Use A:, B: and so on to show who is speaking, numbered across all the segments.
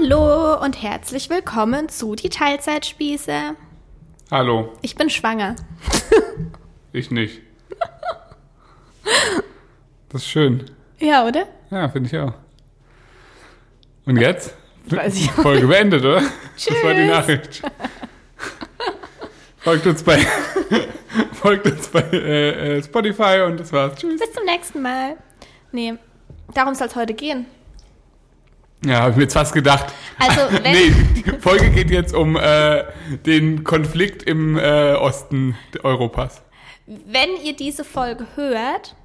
A: Hallo und herzlich willkommen zu die Teilzeitspieße.
B: Hallo,
A: Ich bin schwanger.
B: ich nicht. Das ist schön.
A: Ja, oder?
B: Ja, finde ich auch. Und jetzt?
A: Weiß ich auch
B: Folge beendet, oder? Das war die
A: Tschüss.
B: Nachricht. Folgt uns bei, folgt uns bei äh, äh, Spotify und das war's. Tschüss.
A: Bis zum nächsten Mal. Nee, darum soll es heute gehen.
B: Ja, habe ich mir jetzt fast gedacht.
A: Also, wenn-
B: nee, die Folge geht jetzt um äh, den Konflikt im äh, Osten Europas.
A: Wenn ihr diese Folge hört,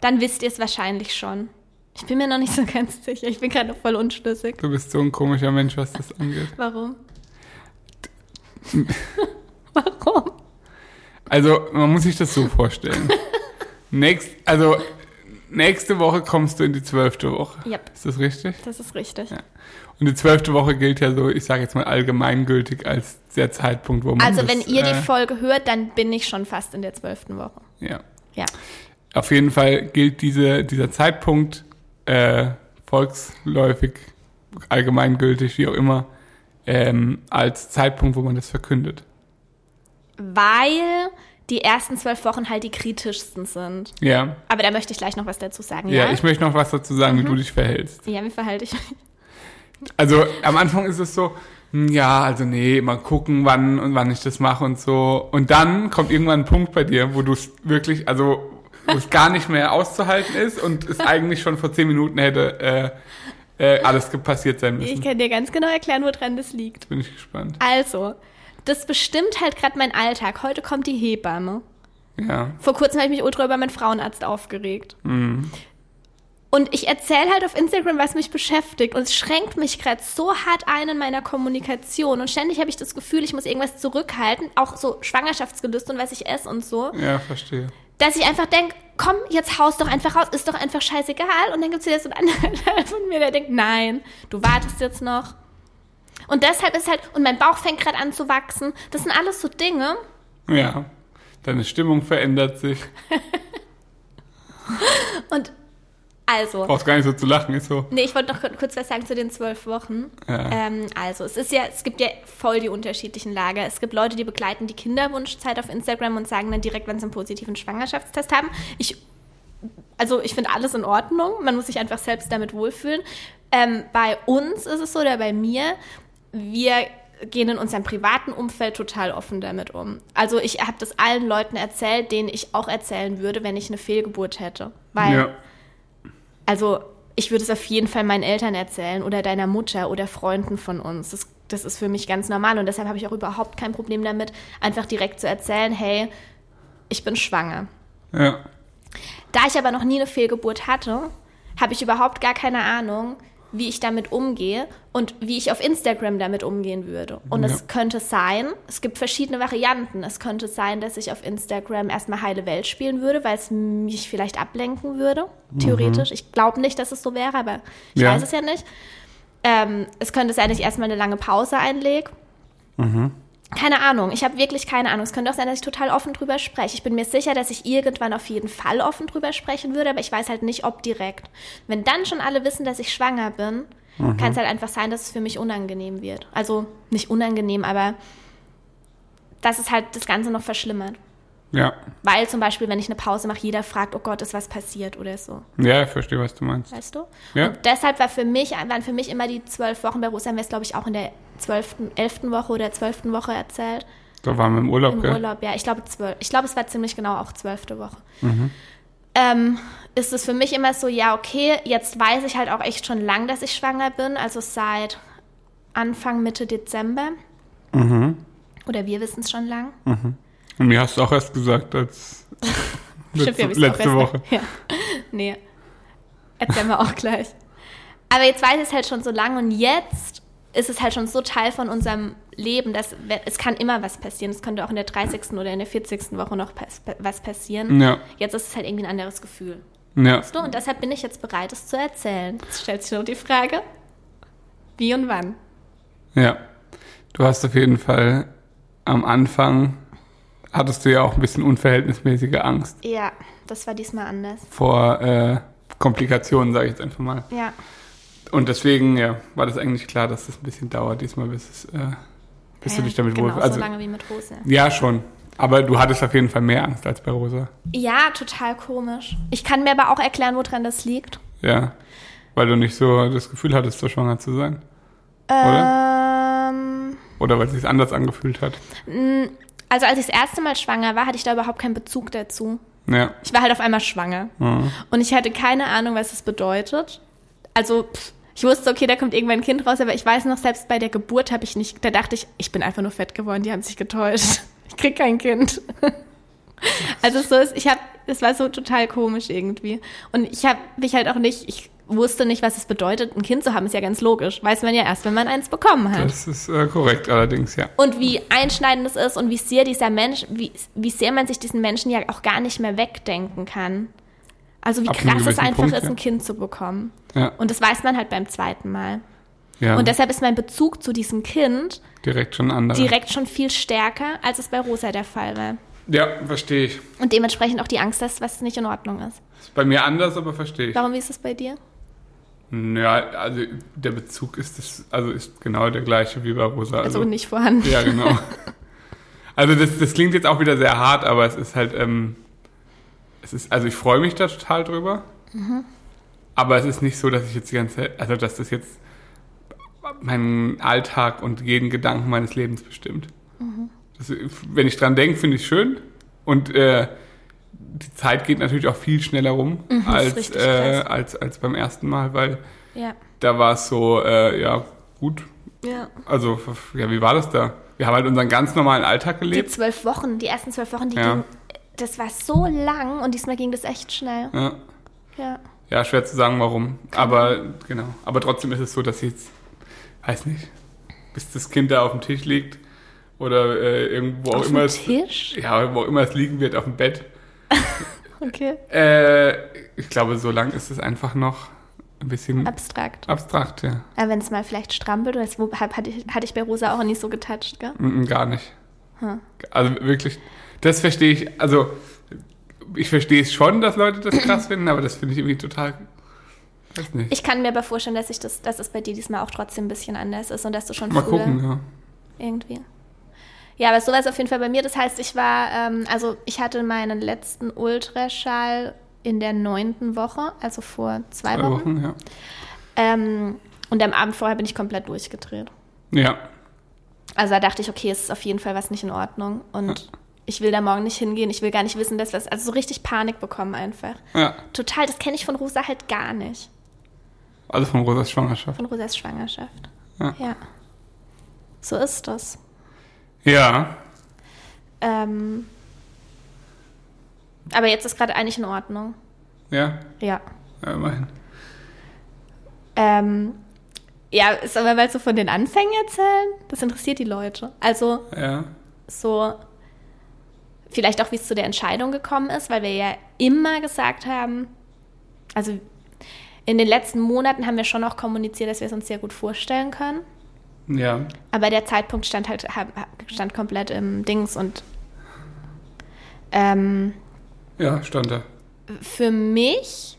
A: dann wisst ihr es wahrscheinlich schon. Ich bin mir noch nicht so ganz sicher. Ich bin gerade noch voll unschlüssig.
B: Du bist so ein komischer Mensch, was das angeht.
A: Warum? Warum?
B: Also, man muss sich das so vorstellen. Nächst, also, nächste Woche kommst du in die zwölfte Woche.
A: Yep.
B: Ist das richtig?
A: Das ist richtig.
B: Ja. Und die zwölfte Woche gilt ja so, ich sage jetzt mal allgemeingültig als der Zeitpunkt, wo man
A: Also,
B: das,
A: wenn ihr
B: äh,
A: die Folge hört, dann bin ich schon fast in der zwölften Woche.
B: ja.
A: Ja.
B: Auf jeden Fall gilt diese, dieser Zeitpunkt äh, volksläufig, allgemeingültig, wie auch immer, ähm, als Zeitpunkt, wo man das verkündet.
A: Weil die ersten zwölf Wochen halt die kritischsten sind.
B: Ja.
A: Aber da möchte ich gleich noch was dazu sagen.
B: Ja,
A: Ja, Mhm.
B: ich möchte noch was dazu sagen, wie du dich verhältst.
A: ja wie verhalte ich mich?
B: Also am Anfang ist es so, hm, ja, also nee, mal gucken, wann und wann ich das mache und so. Und dann kommt irgendwann ein Punkt bei dir, wo du es wirklich, also wo es gar nicht mehr auszuhalten ist und es eigentlich schon vor zehn Minuten hätte äh, äh, alles ge- passiert sein
A: Ich
B: müssen.
A: kann dir ganz genau erklären, woran das liegt.
B: Bin ich gespannt.
A: Also, das bestimmt halt gerade meinen Alltag. Heute kommt die Hebamme.
B: Ja.
A: Vor kurzem habe ich mich ultra über meinen Frauenarzt aufgeregt.
B: Mhm.
A: Und ich erzähle halt auf Instagram, was mich beschäftigt. Und es schränkt mich gerade so hart ein in meiner Kommunikation. Und ständig habe ich das Gefühl, ich muss irgendwas zurückhalten. Auch so Schwangerschaftsgelüste und was ich esse und so.
B: Ja, verstehe.
A: dass ich einfach denke, komm, jetzt haust doch einfach raus, ist doch einfach scheißegal. Und dann gibt es wieder so einen anderen Teil von mir, der denkt, nein, du wartest jetzt noch. Und deshalb ist halt, und mein Bauch fängt gerade an zu wachsen. Das sind alles so Dinge.
B: Ja. Deine Stimmung verändert sich.
A: Und also,
B: Brauchst gar nicht so zu lachen, ist so.
A: nee, ich wollte noch kur- kurz was sagen zu den zwölf Wochen.
B: Ja.
A: Ähm, also, es ist ja, es gibt ja voll die unterschiedlichen Lager. Es gibt Leute, die begleiten die Kinderwunschzeit auf Instagram und sagen dann direkt, wenn sie einen positiven Schwangerschaftstest haben. Ich, also ich finde alles in Ordnung. Man muss sich einfach selbst damit wohlfühlen. Ähm, bei uns ist es so, oder bei mir, wir gehen in unserem privaten Umfeld total offen damit um. Also ich habe das allen Leuten erzählt, denen ich auch erzählen würde, wenn ich eine Fehlgeburt hätte. Weil
B: ja.
A: also, ich würde es auf jeden Fall meinen Eltern erzählen oder deiner Mutter oder Freunden von uns. Das, das ist für mich ganz normal und deshalb habe ich auch überhaupt kein Problem damit, einfach direkt zu erzählen, hey, ich bin schwanger.
B: Ja.
A: Da ich aber noch nie eine Fehlgeburt hatte, habe ich überhaupt gar keine Ahnung, wie ich damit umgehe und wie ich auf Instagram damit umgehen würde. Und
B: Ja.
A: es könnte sein, es gibt verschiedene Varianten. Es könnte sein, dass ich auf Instagram erstmal heile Welt spielen würde, weil es mich vielleicht ablenken würde, theoretisch. Ich glaube nicht, dass es so wäre, aber ich
B: Ja.
A: weiß es ja nicht. Ähm, es könnte sein, dass ich erstmal eine lange Pause einlege. Keine Ahnung, ich habe wirklich keine Ahnung. Es könnte auch sein, dass ich total offen drüber spreche. Ich bin mir sicher, dass ich irgendwann auf jeden Fall offen drüber sprechen würde, aber ich weiß halt nicht, ob direkt. Wenn dann schon alle wissen, dass ich schwanger bin, kann es halt einfach sein, dass es für mich unangenehm wird. Also nicht unangenehm, aber dass es halt das Ganze noch verschlimmert.
B: Ja.
A: Weil zum Beispiel, wenn ich eine Pause mache, jeder fragt, oh Gott, ist was passiert oder so.
B: Ja, ich verstehe, was du meinst.
A: Weißt du?
B: Ja.
A: Und deshalb war für mich, waren für mich immer die zwölf Wochen bei Rosa West, glaube ich, auch in der zwölften, elften Woche oder zwölften Woche erzählt.
B: Da waren wir im Urlaub,
A: Im
B: gell?
A: Urlaub, ja. Ich glaube, zwölf. Ich glaube, es war ziemlich genau auch zwölfte Woche. Ähm, ist es für mich immer so, ja, okay, jetzt weiß ich halt auch echt schon lang, dass ich schwanger bin, also seit Anfang, Mitte Dezember.
B: Mhm.
A: Oder wir wissen es schon lang.
B: Und mir hast du auch erst gesagt, als
A: Stimmt, wir
B: letzte,
A: haben es auch
B: letzte
A: erst-
B: Woche.
A: Ja. Nee. Erzählen wir auch gleich. Aber jetzt weiß ich es halt schon so lange und jetzt ist es halt schon so Teil von unserem Leben, dass we- es kann immer was passieren. Es könnte auch in der 30. oder in der 40. Woche noch pas was passieren.
B: Ja.
A: Jetzt ist es halt irgendwie ein anderes Gefühl.
B: Ja.
A: So, und deshalb bin ich jetzt bereit, es zu erzählen. Jetzt stellt sich nur die Frage, wie und wann.
B: Ja. Du hast auf jeden Fall am Anfang hattest du ja auch ein bisschen unverhältnismäßige Angst
A: Ja, das war diesmal anders.
B: vor äh, Komplikationen, sage ich jetzt einfach mal.
A: Ja.
B: und deswegen, ja, war das eigentlich klar, dass das ein bisschen dauert diesmal, bis, es, äh, bis du
A: Ja,
B: dich damit
A: genau,
B: wohlfühlst.
A: so
B: Also,
A: lange wie mit Rose.
B: ja, schon. Aber du hattest auf jeden Fall mehr Angst als bei Rosa.
A: Ja, total komisch. Ich kann mir aber auch erklären, woran das liegt.
B: Ja. Weil du nicht so das Gefühl hattest, so schwanger zu sein.
A: Ähm,
B: Oder weil es sich anders angefühlt hat.
A: also als ich das erste Mal schwanger war, hatte ich da überhaupt keinen Bezug dazu.
B: Ja.
A: Ich war halt auf einmal schwanger.
B: Mhm.
A: Und ich hatte keine Ahnung, was das bedeutet. Also, pff, ich wusste, okay, da kommt irgendwann ein Kind raus, aber ich weiß noch, selbst bei der Geburt habe ich nicht, da dachte ich, ich bin einfach nur fett geworden, die haben sich getäuscht. Ich krieg kein Kind. Also so ist, ich habe, es war so total komisch irgendwie. Und ich habe mich halt auch nicht, ich wusste nicht, was es bedeutet, ein Kind zu haben, ist ja ganz logisch. Weiß man ja erst, wenn man eins bekommen hat
B: Das ist äh, korrekt allerdings, ja.
A: und wie einschneidend es ist und wie sehr dieser Mensch, wie, wie sehr man sich diesen Menschen ja auch gar nicht mehr wegdenken kann. Also wie
B: Ab einem
A: krass es
B: gewissen
A: einfach
B: Punkt,
A: ist,
B: ja.
A: ein Kind zu bekommen.
B: Ja.
A: Und das weiß man halt beim zweiten Mal.
B: ja.
A: Und deshalb ist mein Bezug zu diesem Kind
B: direkt schon anders.
A: direkt schon viel stärker, als es bei Rosa der Fall war.
B: Ja, verstehe ich.
A: Und dementsprechend auch die Angst, dass was nicht in Ordnung ist.
B: Ist bei mir anders, aber verstehe ich.
A: Warum, wie ist es bei dir?
B: Ja, also der Bezug ist das, also ist genau der gleiche wie bei Rosa.
A: Also, nicht vorhanden.
B: Ja, genau. Also das, das klingt jetzt auch wieder sehr hart, aber es ist halt, ähm, es ist, also ich freue mich da total drüber.
A: Mhm.
B: Aber es ist nicht so, dass ich jetzt die ganze Zeit, also dass das jetzt meinen Alltag und jeden Gedanken meines Lebens bestimmt.
A: Mhm.
B: Das, wenn ich dran denke, finde ich schön. Und äh, die Zeit geht natürlich auch viel schneller rum
A: Mhm, das ist
B: als,
A: richtig
B: äh,
A: krass.
B: als, als beim ersten Mal, weil
A: Ja.
B: da war es so, äh, ja, gut,
A: ja.
B: also, ja, wie war das da? Wir haben halt unseren ganz normalen Alltag
A: Die
B: gelebt.
A: zwölf Wochen, die ersten zwölf Wochen, die
B: Ja.
A: gingen, das war so lang und diesmal ging das echt schnell.
B: Ja.
A: Ja.
B: ja, schwer zu sagen, warum. Aber genau. Aber trotzdem ist es so, dass jetzt, weiß nicht, bis das Kind da auf dem Tisch liegt oder äh, irgendwo auch
A: Auf
B: immer
A: dem
B: es,
A: Tisch?
B: ja, wo auch immer es liegen wird, auf dem Bett.
A: Okay.
B: Äh, ich glaube, so lang ist es einfach noch ein bisschen
A: Abstrakt.
B: abstrakt, ja.
A: Aber wenn es mal vielleicht strampelt, oder es- wo- hab- hatte ich, hatte ich bei Rosa auch nicht so getatscht, gell?
B: Mm, mm, Gar nicht.
A: Hm.
B: Also wirklich, das verstehe ich. Also ich verstehe es schon, dass Leute das krass finden, aber das finde ich irgendwie total. Weiß nicht.
A: Ich kann mir aber vorstellen, dass, ich das, dass es bei dir diesmal auch trotzdem ein bisschen anders ist und dass du schon
B: Mal
A: früher
B: gucken, ja.
A: irgendwie. Ja, aber so war es auf jeden Fall bei mir. Das heißt, ich war, ähm, also ich hatte meinen letzten Ultraschall in der neunten Woche, also vor zwei,
B: Zwei
A: Wochen.
B: Wochen, ja.
A: Ähm, und am Abend vorher bin ich komplett durchgedreht.
B: Ja,
A: Also da dachte ich, okay, es ist auf jeden Fall was nicht in Ordnung und ich will da morgen nicht hingehen. Ich will gar nicht wissen, dass was, also so richtig Panik bekommen einfach.
B: ja.
A: Total, das kenne ich von Rosa halt gar nicht.
B: Also von Rosas Schwangerschaft.
A: Von Rosas Schwangerschaft.
B: Ja.
A: Ja. So ist das.
B: Ja,
A: Ähm, aber jetzt ist gerade eigentlich in Ordnung.
B: ja,
A: Ja.
B: ja immerhin.
A: Ähm, ja, sollen wir mal so von den Anfängen erzählen? Das interessiert die Leute. Also
B: Ja.
A: so vielleicht auch, wie es zu der Entscheidung gekommen ist, weil wir ja immer gesagt haben, also in den letzten Monaten haben wir schon auch kommuniziert, dass wir es uns sehr gut vorstellen können.
B: Ja.
A: Aber der Zeitpunkt stand halt hab- stand komplett im Dings und ähm,
B: Ja, stand da.
A: für mich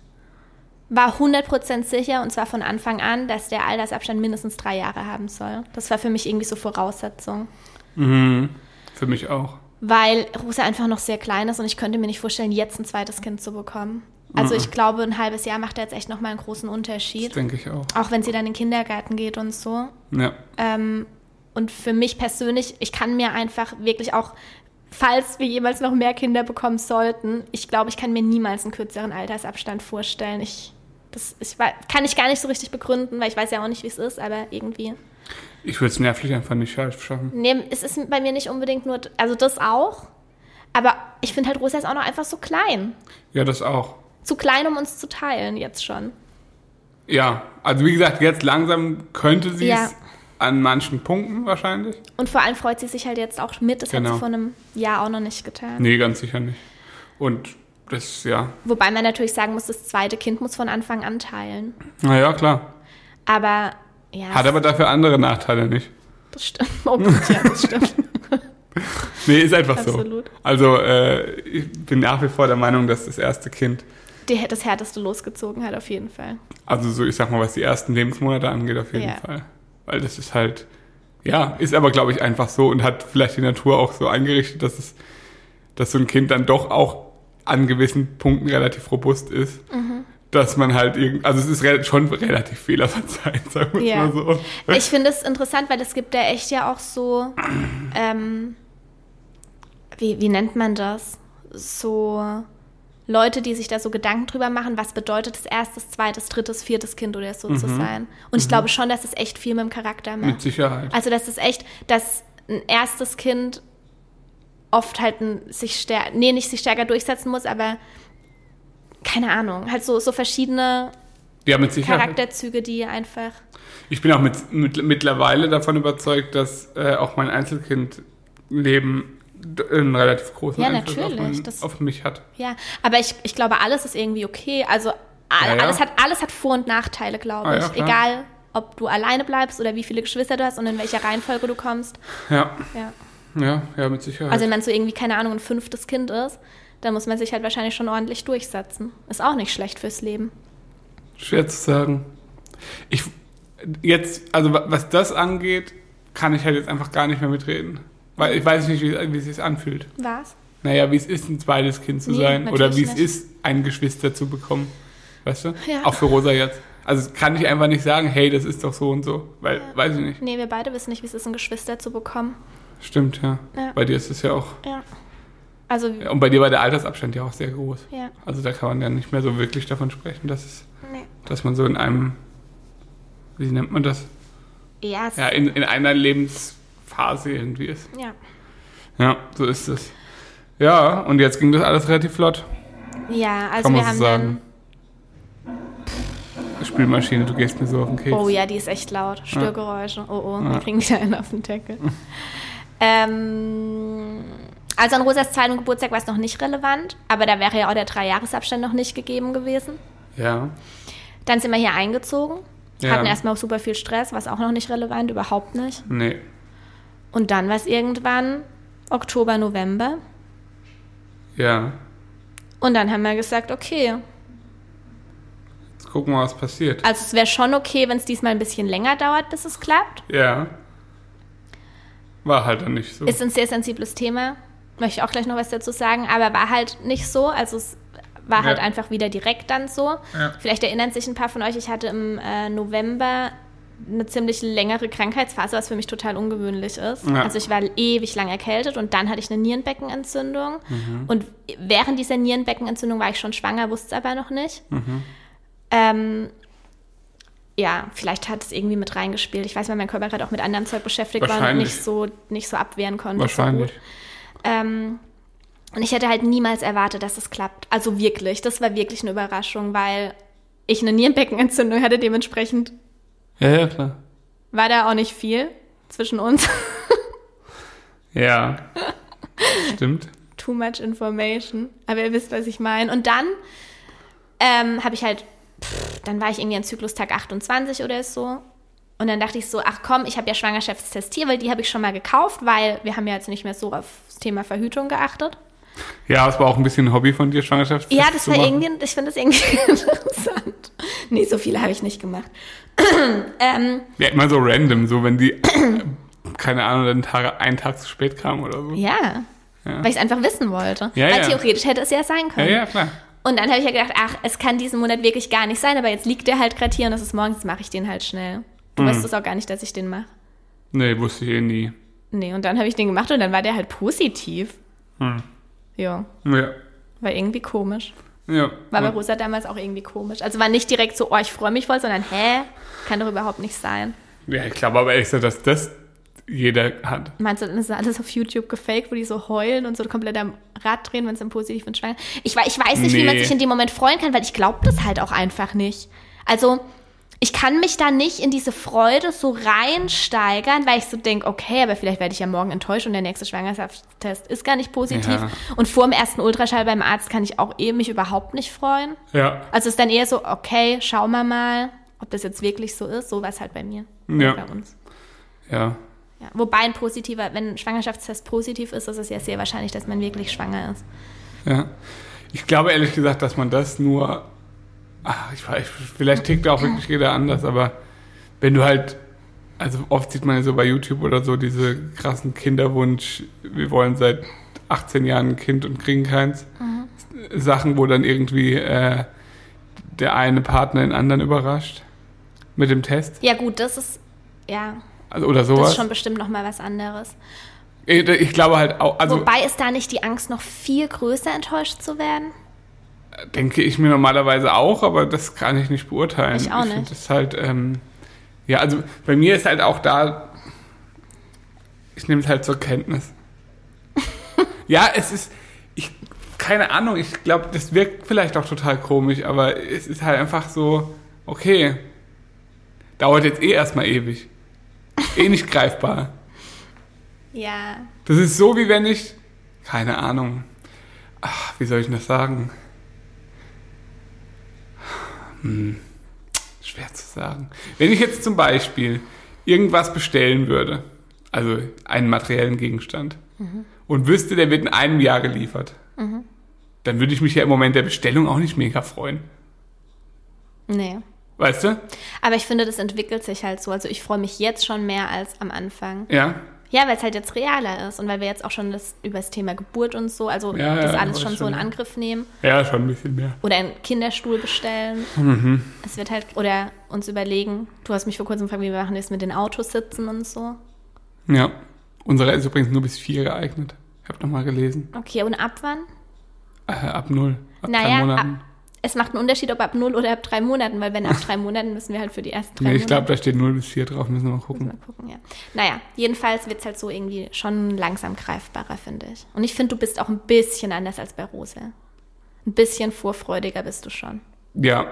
A: war 100% sicher und zwar von Anfang an, dass der Altersabstand mindestens drei Jahre haben soll. Das war für mich irgendwie so Voraussetzung,
B: Mhm. Für mich auch.
A: weil Rosa einfach noch sehr klein ist und ich könnte mir nicht vorstellen, jetzt ein zweites Kind zu bekommen. Also ich glaube, ein halbes Jahr macht da jetzt echt nochmal einen großen
B: Das
A: Unterschied,
B: denke ich auch.
A: auch wenn sie dann in den Kindergarten geht und so.
B: Ja.
A: Ähm, und für mich persönlich, ich kann mir einfach wirklich auch, falls wir jemals noch mehr Kinder bekommen sollten, ich glaube, ich kann mir niemals einen kürzeren Altersabstand vorstellen. Ich, das ich, wei- kann ich gar nicht so richtig begründen, weil ich weiß ja auch nicht, wie es ist, aber irgendwie.
B: Ich würde es nervlich einfach nicht schaffen.
A: Nee, es ist bei mir nicht unbedingt nur, also das auch, aber ich finde halt Rosa ist auch noch einfach so klein.
B: Ja, das auch.
A: Zu klein, um uns zu teilen jetzt schon.
B: Ja, also wie gesagt, jetzt langsam könnte sie es
A: Ja.
B: an manchen Punkten wahrscheinlich.
A: Und vor allem freut sie sich halt jetzt auch mit, das hat
B: Genau.
A: sie vor einem Jahr auch noch nicht getan.
B: Nee, ganz sicher nicht. Und das, ja.
A: Wobei man natürlich sagen muss, das zweite Kind muss von Anfang an teilen.
B: Naja, klar.
A: Aber ja,
B: Hat aber dafür andere Nachteile nicht.
A: das stimmt. Oh Gott, ja, das stimmt.
B: Nee, ist einfach so.
A: Absolut.
B: Also äh, ich bin nach wie vor der Meinung, dass das erste Kind
A: die, das Härteste losgezogen hat, auf jeden Fall.
B: Also so, ich sag mal, was die ersten Lebensmonate angeht, auf jeden
A: Ja.
B: Fall. Weil das ist halt, ja, ist aber, glaube ich, einfach so und hat vielleicht die Natur auch so eingerichtet, dass es, dass so ein Kind dann doch auch an gewissen Punkten relativ robust ist.
A: Mhm.
B: Dass man halt irgend, also es ist rel schon relativ fehlerverzeihend, sagen wir
A: Ja.
B: mal so.
A: Ich finde es interessant, weil es gibt ja echt ja auch so, ähm, wie, wie nennt man das? So Leute, die sich da so Gedanken drüber machen, was bedeutet es erstes, zweites, drittes, viertes Kind oder so zu sein. Und ich glaube schon, dass es echt viel mit dem Charakter
B: Mhm. Mit
A: macht.
B: Sicherheit.
A: Also dass es echt, dass ein erstes Kind oft halt ein, sich stärker, nee, nicht sich stärker durchsetzen muss, aber keine Ahnung, halt so, so verschiedene
B: Ja, mit Sicherheit.
A: Charakterzüge, die einfach
B: Ich bin auch mit, mit, mittlerweile davon überzeugt, dass äh, auch mein Einzelkindleben d- einen relativ großen
A: Ja,
B: Einfluss auf,
A: natürlich,
B: mein,
A: das-
B: auf mich hat.
A: Ja, aber ich, ich glaube, alles ist irgendwie okay. Also all,
B: Ja, ja.
A: Alles, hat, alles hat Vor- und Nachteile, glaube
B: Ah,
A: ich.
B: ja, klar.
A: Egal, ob du alleine bleibst oder wie viele Geschwister du hast und in welcher Reihenfolge du kommst.
B: Ja,
A: Ja.
B: ja, ja, mit Sicherheit.
A: Also wenn man so irgendwie, keine Ahnung, ein fünftes Kind ist, dann muss man sich halt wahrscheinlich schon ordentlich durchsetzen. Ist auch nicht schlecht fürs Leben.
B: Schwer zu sagen. Ich jetzt, also wa- was das angeht, kann ich halt jetzt einfach gar nicht mehr mitreden. Weil ich weiß nicht, wie, wie es sich anfühlt.
A: Was?
B: Naja, wie es ist, ein zweites Kind zu
A: Nee,
B: sein. Oder wie
A: natürlich
B: es ist, ein Geschwister zu bekommen. Weißt du?
A: Ja.
B: Auch für Rosa jetzt. Also kann ich einfach nicht sagen, hey, das ist doch so und so. Weil,
A: Ja.
B: weiß ich nicht.
A: Nee, wir beide wissen nicht, wie es ist, ein Geschwister zu bekommen.
B: Stimmt, ja.
A: Ja.
B: Bei dir ist es ja auch.
A: Ja. Also, ja.
B: Und bei dir war der Altersabstand ja auch sehr groß. Also da kann man ja nicht mehr so wirklich davon sprechen, dass, es,
A: Nee.
B: dass man so in einem, wie nennt man das?
A: Ja, es-
B: Ja, in, in einer Lebensphase irgendwie ist.
A: ja.
B: Ja, so ist es. Ja, und jetzt ging das alles relativ flott,
A: Ja, also
B: kann
A: wir
B: man
A: haben
B: so sagen. Spülmaschine, du gehst mir so auf den Keks.
A: dann... Oh ja, die ist echt laut. Störgeräusche. Oh oh,
B: Ja.
A: wir kriegen wieder einen auf den Deckel. Ähm, also an Rosas zweiten Geburtstag war es noch nicht relevant, aber da wäre ja auch der Dreijahresabstand noch nicht gegeben gewesen.
B: Ja.
A: Dann sind wir hier eingezogen,
B: Ja.
A: hatten erstmal auch super viel Stress, war es auch noch nicht relevant, überhaupt nicht.
B: Nee.
A: Und dann war es irgendwann Oktober, November.
B: Ja.
A: Und dann haben wir gesagt, okay,
B: Jetzt gucken wir, was passiert.
A: also es wäre schon okay, wenn es diesmal ein bisschen länger dauert, bis es klappt.
B: Ja. War halt dann nicht so.
A: Ist ein sehr sensibles Thema. Möchte ich auch gleich noch was dazu sagen, aber war halt nicht so. Also es war halt
B: Ja.
A: einfach wieder direkt dann so.
B: Ja.
A: Vielleicht erinnern sich ein paar von euch, ich hatte im äh, November eine ziemlich längere Krankheitsphase, was für mich total ungewöhnlich ist.
B: Ja.
A: Also ich war ewig lang erkältet und dann hatte ich eine Nierenbeckenentzündung.
B: Mhm.
A: Und während dieser Nierenbeckenentzündung war ich schon schwanger, wusste es aber noch nicht.
B: Mhm.
A: Ähm, ja, vielleicht hat es irgendwie mit reingespielt. Ich weiß, weil mein Körper gerade auch mit anderem Zeug beschäftigt war und
B: Wahrscheinlich.
A: nicht so, nicht so abwehren konnte. so
B: Wahrscheinlich.
A: gut. Ähm, und ich hätte halt niemals erwartet, dass es klappt. Also wirklich, das war wirklich eine Überraschung, weil ich eine Nierenbeckenentzündung hatte. Dementsprechend
B: Ja, ja, klar.
A: war da auch nicht viel zwischen uns.
B: Ja. Stimmt.
A: Too much information. Aber ihr wisst, was ich meine. Und dann ähm, habe ich halt, pff, dann war ich irgendwie an Zyklustag 28 oder so. Und dann dachte ich so, ach komm, ich habe ja Schwangerschaftstest hier, weil die habe ich schon mal gekauft, weil wir haben ja jetzt nicht mehr so auf das Thema Verhütung geachtet.
B: Ja, es war auch ein bisschen ein Hobby von dir, Schwangerschaft.
A: Ja, das war
B: machen.
A: irgendwie, ich finde das irgendwie interessant. Nee, so viele habe ich nicht gemacht. ähm,
B: Ja, immer so random, so wenn die, keine Ahnung, einen Tag, einen Tag zu spät kam oder so.
A: ja,
B: Ja.
A: weil ich es einfach wissen wollte.
B: Ja,
A: weil
B: ja.
A: theoretisch hätte es ja sein
B: Ja,
A: können.
B: ja, klar.
A: Und dann habe ich ja gedacht, ach, es kann diesen Monat wirklich gar nicht sein, aber jetzt liegt der halt gerade hier und es ist morgens, mache ich den halt schnell. Du weißt es auch gar nicht, dass ich den mache.
B: Nee, wusste ich eh nie.
A: Nee, und dann habe ich den gemacht und dann war der halt positiv. Ja,
B: Ja.
A: war irgendwie komisch.
B: Ja.
A: War bei Rosa damals auch irgendwie komisch. Also war nicht direkt so, oh, ich freue mich voll, sondern hä? Kann doch überhaupt nicht sein.
B: ja, ich glaube aber ehrlich gesagt, dass das jeder hat.
A: Meinst du, dann ist alles auf YouTube gefaked, wo die so heulen und so komplett am Rad drehen, wenn sie im positiven Schwanger ich, wei- ich weiß nicht, wie man
B: Nee.
A: sich in dem Moment freuen kann, weil ich glaube das halt auch einfach nicht. Also, ich kann mich da nicht in diese Freude so reinsteigern, weil ich so denke, okay, aber vielleicht werde ich ja morgen enttäuscht und der nächste Schwangerschaftstest ist gar nicht positiv.
B: Ja.
A: Und vor dem ersten Ultraschall beim Arzt kann ich auch eh mich überhaupt nicht freuen.
B: Ja.
A: Also ist dann eher so, okay, schauen wir mal, ob das jetzt wirklich so ist. So war es halt bei mir.
B: Ja.
A: Bei uns.
B: Ja.
A: Ja, wobei ein positiver, wenn ein Schwangerschaftstest positiv ist, ist es ja sehr wahrscheinlich, dass man wirklich schwanger ist.
B: Ja. Ich glaube ehrlich gesagt, dass man das nur. Ach, ich weiß, vielleicht tickt auch wirklich jeder anders, aber wenn du halt. Also oft sieht man ja so bei YouTube oder so diese krassen Kinderwunsch, wir wollen seit 18 Jahren ein Kind und kriegen keins.
A: Mhm.
B: Sachen, wo dann irgendwie äh, der eine Partner den anderen überrascht mit dem Test.
A: Ja, gut, das ist. Ja,
B: Also, oder
A: das
B: sowas.
A: ist schon bestimmt nochmal was anderes.
B: ich, ich glaube halt auch, also
A: Wobei ist da nicht die Angst, noch viel größer enttäuscht zu werden?
B: denke ich mir normalerweise auch, aber das kann ich nicht beurteilen.
A: Ich auch
B: Ich
A: nicht.
B: finde das halt, ähm, ja, also bei mir ist halt auch da, ich nehme es halt zur Kenntnis. ja, es ist, ich, keine Ahnung, ich glaube, das wirkt vielleicht auch total komisch, aber es ist halt einfach so, okay, dauert jetzt eh erstmal ewig. Eh nicht greifbar.
A: Ja.
B: Das ist so, wie wenn ich. Keine Ahnung. Ach, wie soll ich denn das sagen? Hm. Schwer zu sagen. Wenn ich jetzt zum Beispiel irgendwas bestellen würde, also einen materiellen Gegenstand, und wüsste, der wird in einem Jahr geliefert, dann würde ich mich ja im Moment der Bestellung auch nicht mega freuen.
A: Nee.
B: Weißt du?
A: Aber ich finde, das entwickelt sich halt so. Also ich freue mich jetzt schon mehr als am Anfang.
B: Ja.
A: Ja, weil es halt jetzt realer ist und weil wir jetzt auch schon das, über das Thema Geburt und so, also
B: Ja, ja,
A: das
B: weiß
A: alles schon so
B: schon,
A: in
B: ja.
A: Angriff nehmen
B: Ja, schon ein bisschen mehr.
A: oder einen Kinderstuhl bestellen.
B: Mhm.
A: Es wird halt, oder uns überlegen, du hast mich vor kurzem gefragt, wie wir machen das mit den Autos sitzen und so.
B: Ja. Unsere ist übrigens nur bis vier geeignet. Ich habe nochmal gelesen.
A: Okay, und ab wann?
B: Äh, ab null. Ab drei
A: Naja, ab,
B: Monaten.
A: es macht einen Unterschied, ob ab null oder ab drei Monaten, weil wenn ab drei Monaten müssen wir halt für die ersten drei
B: Nee, ich glaube,
A: Monate.
B: da steht 0 bis 4 drauf, müssen wir mal gucken.
A: Mal gucken, ja. Naja, jedenfalls wird es halt so irgendwie schon langsam greifbarer, finde ich. Und ich finde, du bist auch ein bisschen anders als bei Rose. Ein bisschen vorfreudiger bist du schon.
B: Ja.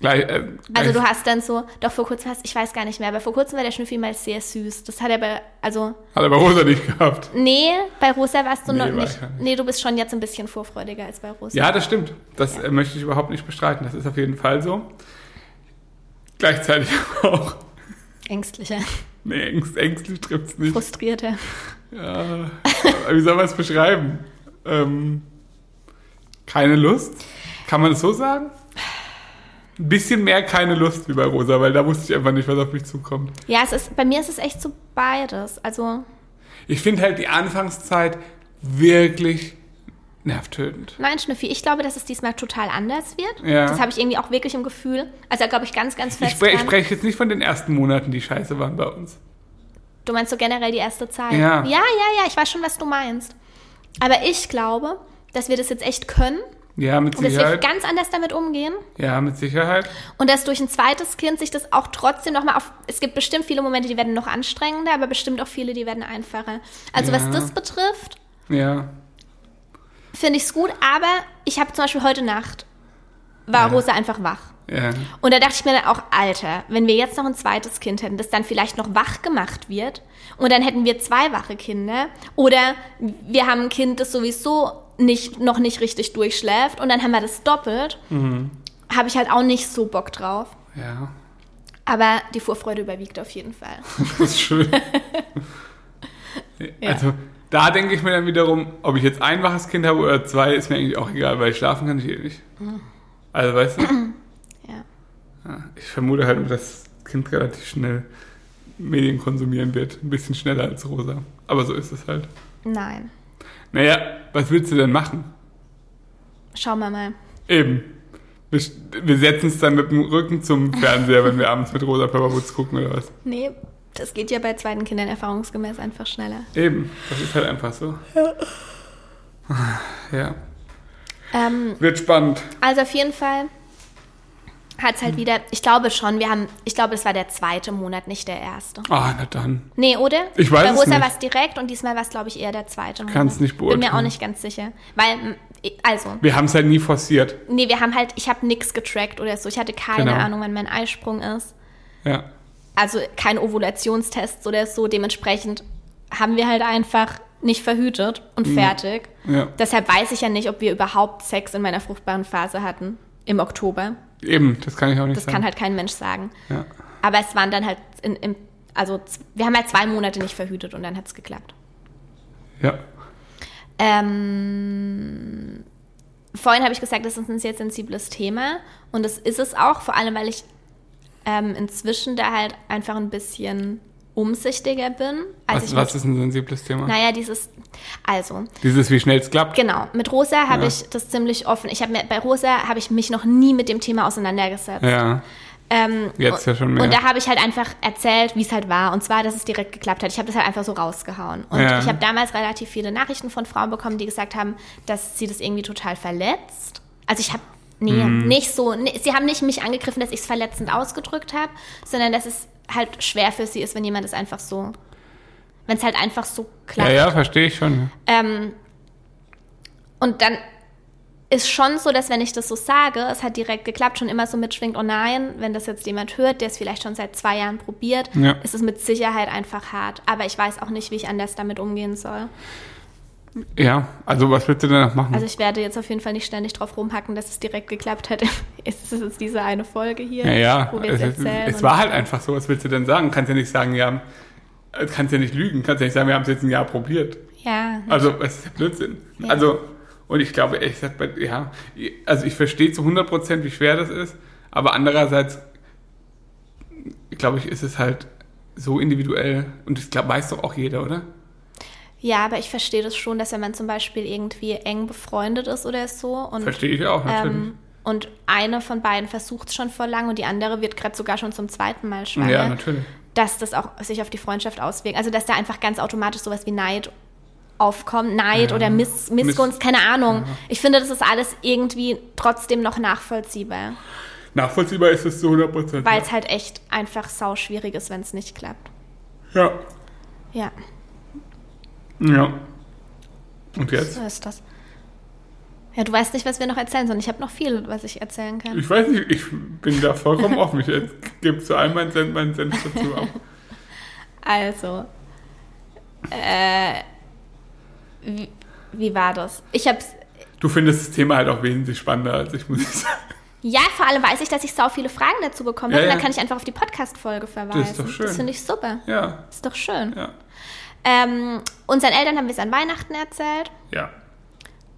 B: Gleich, äh, gleich,
A: Also du hast dann so, doch vor kurzem hast, ich weiß gar nicht mehr, aber vor kurzem war der Schnüffi mal sehr süß. Das hat er bei, also,
B: hat er bei Rosa nicht gehabt.
A: nee, bei Rosa warst du
B: Nee,
A: noch
B: war
A: nicht.
B: ich gar nicht.
A: Nee, du bist schon jetzt ein bisschen vorfreudiger als bei Rosa.
B: Ja, das stimmt. Das äh, möchte ich überhaupt nicht bestreiten. Das ist auf jeden Fall so. Gleichzeitig aber auch.
A: Ängstlicher,
B: Nee, ängst, ängstlich trifft es nicht.
A: frustrierter.
B: Ja. Wie soll man es beschreiben? Ähm, keine Lust? Kann man es so sagen? Ein bisschen mehr keine Lust wie bei Rosa, weil da wusste ich einfach nicht, was auf mich zukommt.
A: Ja, es ist, bei mir ist es echt so beides. Also,
B: Ich finde halt die Anfangszeit wirklich nervtötend.
A: Nein, Schnüffi, ich glaube, dass es diesmal total anders wird.
B: Ja.
A: Das habe ich irgendwie auch wirklich im Gefühl. Also da glaube ich ganz, ganz
B: Ich
A: fest.
B: spre- ich
A: dran.
B: spreche jetzt nicht von den ersten Monaten, die scheiße waren bei uns.
A: Du meinst so generell die erste Zeit.
B: Ja.
A: ja, ja, ja, ich weiß schon, was du meinst. Aber ich glaube, dass wir das jetzt echt können
B: Ja, mit
A: und dass wir
B: Sicherheit.
A: ganz anders damit umgehen
B: Ja, mit Sicherheit.
A: und dass durch ein zweites Kind sich das auch trotzdem nochmal auf. Es gibt bestimmt viele Momente, die werden noch anstrengender, aber bestimmt auch viele, die werden einfacher. Also
B: Ja.
A: was das betrifft,
B: Ja.
A: finde ich es gut, aber ich habe zum Beispiel heute Nacht war
B: Ja.
A: Rosa einfach wach.
B: Ja.
A: Und da dachte ich mir dann auch, Alter, wenn wir jetzt noch ein zweites Kind hätten, das dann vielleicht noch wach gemacht wird und dann hätten wir zwei wache Kinder oder wir haben ein Kind, das sowieso nicht, noch nicht richtig durchschläft und dann haben wir das doppelt,
B: Mhm.
A: habe ich halt auch nicht so Bock drauf.
B: Ja.
A: Aber die Vorfreude überwiegt auf jeden Fall.
B: Das ist schön.
A: Ja.
B: Also, da denke ich mir dann wiederum, ob ich jetzt ein waches Kind habe oder zwei, ist mir eigentlich auch egal, weil schlafen kann ich eh nicht. Also, weißt
A: Mhm.
B: du,
A: Ja.
B: ich vermute halt, dass das Kind relativ schnell Medien konsumieren wird. Ein bisschen schneller als Rosa. Aber so ist es halt.
A: Nein.
B: Naja, was willst du denn machen?
A: Schauen wir mal.
B: Eben. Wir, wir setzen es dann mit dem Rücken zum Fernseher, wenn wir abends mit Rosa Pepperwoods gucken oder was.
A: Nee, das geht ja bei zweiten Kindern erfahrungsgemäß einfach schneller.
B: Eben. Das ist halt einfach so. Ja.
A: Ähm,
B: Wird spannend.
A: Also auf jeden Fall hat es halt wieder, ich glaube schon, wir haben, ich glaube, es war der zweite Monat, nicht der erste.
B: Ah, na dann.
A: Nee, oder?
B: Ich weiß
A: Bei
B: es
A: Rosa
B: nicht.
A: war es direkt und diesmal war es, glaube ich, eher der zweite Monat.
B: Kann's nicht
A: Bin mir auch
B: beurteilen.
A: nicht ganz sicher. Weil, m, also,
B: Wir haben es halt nie forciert.
A: nee, wir haben halt, ich habe nichts getrackt oder so. Ich hatte keine
B: Genau.
A: Ahnung, wann mein Eisprung ist.
B: Ja.
A: Also kein Ovulationstest oder so. Dementsprechend haben wir halt einfach nicht verhütet und fertig.
B: Ja.
A: Deshalb weiß ich ja nicht, ob wir überhaupt Sex in meiner fruchtbaren Phase hatten. Im Oktober.
B: Eben. Das kann ich auch nicht
A: Das
B: sagen.
A: kann halt kein Mensch sagen.
B: ja.
A: Aber es waren dann halt, in, im, also z- wir haben halt zwei Monate nicht verhütet und dann hat es geklappt.
B: ja.
A: Ähm, vorhin habe ich gesagt, das ist ein sehr sensibles Thema und das ist es auch, vor allem weil ich ähm, inzwischen da halt einfach ein bisschen umsichtiger bin. Als
B: Was,
A: Also ich
B: was ist ein sensibles Thema?
A: naja, dieses, also,
B: Dieses, wie schnell es klappt.
A: Genau, mit Rosa habe
B: Ja.
A: ich das ziemlich offen. Ich habe mir bei Rosa habe ich mich noch nie mit dem Thema auseinandergesetzt.
B: Ja.
A: Ähm, und,
B: Jetzt ja schon mehr.
A: Und da habe ich halt einfach erzählt, wie es halt war. Und zwar, dass es direkt geklappt hat. Ich habe das halt einfach so rausgehauen. Und
B: Ja.
A: ich habe damals relativ viele Nachrichten von Frauen bekommen, die gesagt haben, dass sie das irgendwie total verletzt. Also ich habe nee,
B: Mhm.
A: nicht so. Nee, sie haben nicht mich angegriffen, dass ich es verletzend ausgedrückt habe, sondern dass es halt schwer für sie ist, wenn jemand es einfach so, wenn es halt einfach so klappt.
B: Ja, ja, verstehe ich schon.
A: Ähm, und dann ist schon so, dass wenn ich das so sage, es hat direkt geklappt, schon immer so mitschwingt, oh nein, wenn das jetzt jemand hört, der es vielleicht schon seit zwei Jahren probiert,
B: Ja.
A: ist es mit Sicherheit einfach hart. Aber ich weiß auch nicht, wie ich anders damit umgehen
B: Hm.
A: soll.
B: Ja, also was willst du danach machen?
A: Also ich werde jetzt auf jeden Fall nicht ständig drauf rumhacken, dass es direkt geklappt hat. Es ist jetzt diese eine Folge hier,
B: ja, ja.
A: wo wir
B: Es,
A: es
B: ist-
A: erzählen.
B: es
A: und-
B: war halt einfach so. Was willst du denn sagen? Kannst ja nicht sagen, wir haben. äh, Kannst ja nicht lügen. Kannst ja nicht sagen, wir haben es jetzt ein Jahr probiert.
A: ja,
B: Also, das ist ja Blödsinn.
A: Ja.
B: Also, und ich glaube, ehrlich gesagt, bei- ja, also ich verstehe zu 100 Prozent, wie schwer das ist, aber andererseits, glaube ich, ist es halt so individuell und das glaub, weiß doch auch jeder, oder?
A: ja, aber ich verstehe das schon, dass wenn man zum Beispiel irgendwie eng befreundet ist oder so und
B: Verstehe ich auch, natürlich.
A: Mhm. Ähm, und eine von beiden versucht es schon vor lang und die andere wird gerade sogar schon zum zweiten Mal schwanger.
B: ja, natürlich.
A: Dass das auch sich auf die Freundschaft auswirkt. Also, dass da einfach ganz automatisch sowas wie Neid aufkommt. Neid
B: Ja.
A: oder Miss, Missgunst,
B: Miss-
A: keine Ahnung. Ich finde, das ist alles irgendwie trotzdem noch nachvollziehbar.
B: Nachvollziehbar ist es zu 100 Prozent.
A: Weil es halt echt einfach sau schwierig ist, wenn es nicht klappt.
B: Ja,
A: Ja,
B: ja. Und jetzt?
A: so ist das. Ja, du weißt nicht, was wir noch erzählen sollen. Ich habe noch viel, was ich erzählen kann.
B: Ich weiß nicht, ich bin da vollkommen offen. Ich äh, gebe zu allem meinen Senf, meinen Senf dazu ab.
A: Also, äh, wie, wie war das? Ich hab's.
B: Du findest das Thema halt auch wesentlich spannender als ich, muss ich sagen.
A: Ja, vor allem weiß ich, dass ich sau viele Fragen dazu bekommen
B: Ja,
A: habe.
B: ja.
A: Dann kann ich einfach auf die Podcast-Folge verweisen.
B: Das ist doch schön.
A: Das finde ich super.
B: Ja,
A: Ist doch schön.
B: ja,
A: Ähm, unseren Eltern haben wir es an Weihnachten erzählt.
B: ja,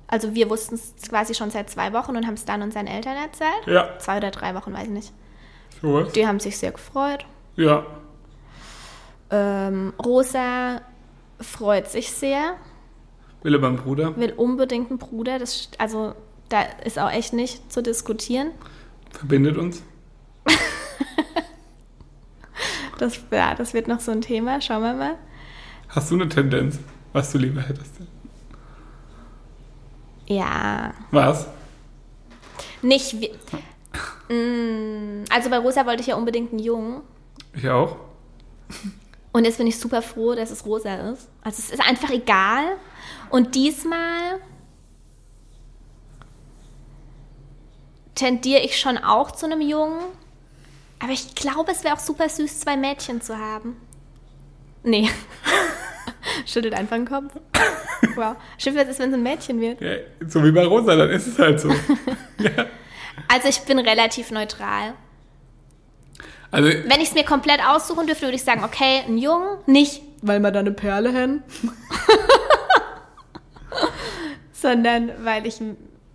A: Also wir wussten es quasi schon seit zwei Wochen und haben es dann unseren Eltern erzählt.
B: ja.
A: Zwei oder drei Wochen, weiß ich nicht.
B: Sowas.
A: Die haben sich sehr gefreut.
B: Ja,
A: Ähm, Rosa freut sich sehr.
B: Wille beim Bruder.
A: will unbedingt einen Bruder. Das, st- also da ist auch echt nicht zu diskutieren.
B: Verbindet uns.
A: Das, ja, das wird noch so ein Thema. Schauen wir mal.
B: Hast du eine Tendenz, was du lieber hättest?
A: Ja,
B: Was?
A: nicht. wi- Mm, Also bei Rosa wollte ich ja unbedingt einen Jungen.
B: Ich auch.
A: Und jetzt bin ich super froh, dass es Rosa ist. Also es ist einfach egal. Und diesmal tendiere ich schon auch zu einem Jungen. Aber ich glaube, es wäre auch super süß, zwei Mädchen zu haben. Nee. Schüttelt einfach den Kopf. Wow. Schiff, was ist, wenn es ein Mädchen wird?
B: Ja, so wie bei Rosa, dann ist es halt so.
A: Also ich bin relativ neutral.
B: Also,
A: Wenn ich es mir komplett aussuchen dürfte, würde ich sagen, okay, ein Jungen, nicht, weil man da eine Perle hin, sondern weil ich,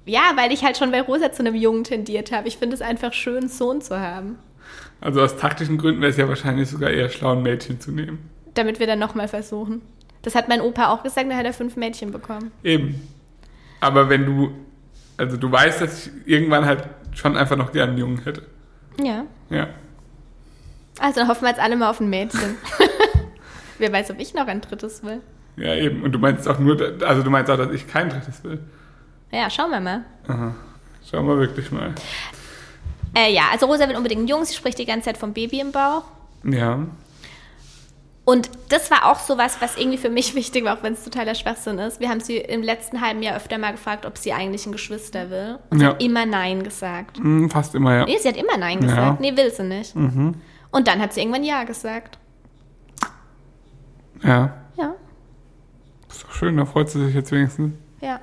A: ja, weil ich halt schon bei Rosa zu einem Jungen tendiert habe. Ich finde es einfach schön, einen Sohn zu haben,
B: also aus taktischen Gründen wäre es ja wahrscheinlich sogar eher schlau, ein Mädchen zu nehmen.
A: damit wir dann nochmal versuchen. Das hat mein Opa auch gesagt, da hat er fünf Mädchen bekommen.
B: Eben. Aber wenn du, also du weißt, dass ich irgendwann halt schon einfach noch gern einen Jungen hätte.
A: Ja.
B: Ja.
A: Also hoffen wir jetzt alle mal auf ein Mädchen. Wer weiß, ob ich noch ein drittes will.
B: Ja, eben. Und du meinst auch nur, also du meinst auch, dass ich kein drittes will.
A: Ja, schauen wir mal.
B: Aha. Schauen wir wirklich mal.
A: Äh, ja, also Rosa will unbedingt einen Jungen, sie spricht die ganze Zeit vom Baby im Bauch.
B: Ja.
A: Und das war auch sowas, was irgendwie für mich wichtig war, auch wenn es totaler Schwachsinn ist. Wir haben sie im letzten halben Jahr öfter mal gefragt, ob sie eigentlich ein Geschwister will. Und sie
B: Ja.
A: hat immer Nein gesagt.
B: Hm, fast immer, ja. Mhm.
A: Nee, sie hat immer Nein
B: Ja.
A: gesagt. Nee, will sie nicht. Und dann hat sie irgendwann Ja gesagt.
B: Ja.
A: Ja,
B: Ist doch schön, da freut sie sich jetzt wenigstens.
A: ja.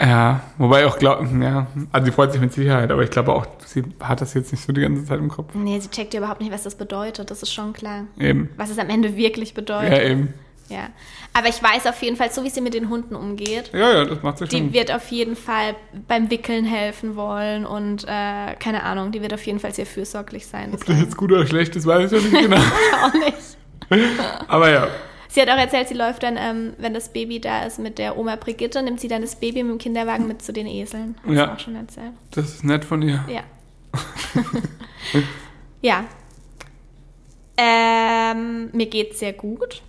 B: Ja, wobei auch glauben, ja. Also sie freut sich mit Sicherheit, aber ich glaube auch, sie hat das jetzt nicht so die ganze Zeit im Kopf.
A: Nee, sie checkt ja überhaupt nicht, was das bedeutet. Das ist schon klar.
B: Eben.
A: Was es am Ende wirklich
B: Ja,
A: bedeutet.
B: eben.
A: Ja. Ja. Aber ich weiß auf jeden Fall, so wie sie mit den Hunden umgeht,
B: Ja, ja, das macht sie
A: die
B: schon.
A: wird auf jeden Fall beim Wickeln helfen wollen und äh, keine Ahnung, die wird auf jeden Fall sehr fürsorglich sein. Das
B: Ob das jetzt gut oder schlecht ist, weiß ich ja nicht genau.
A: auch nicht.
B: Aber ja,
A: Sie hat auch erzählt, sie läuft dann, ähm, wenn das Baby da ist, mit der Oma Brigitte, nimmt sie dann das Baby mit dem Kinderwagen mit zu den Eseln. Hat
B: Ja.
A: sie auch schon erzählt.
B: das ist nett von ihr.
A: Ja. ja. Ähm, mir geht's sehr gut.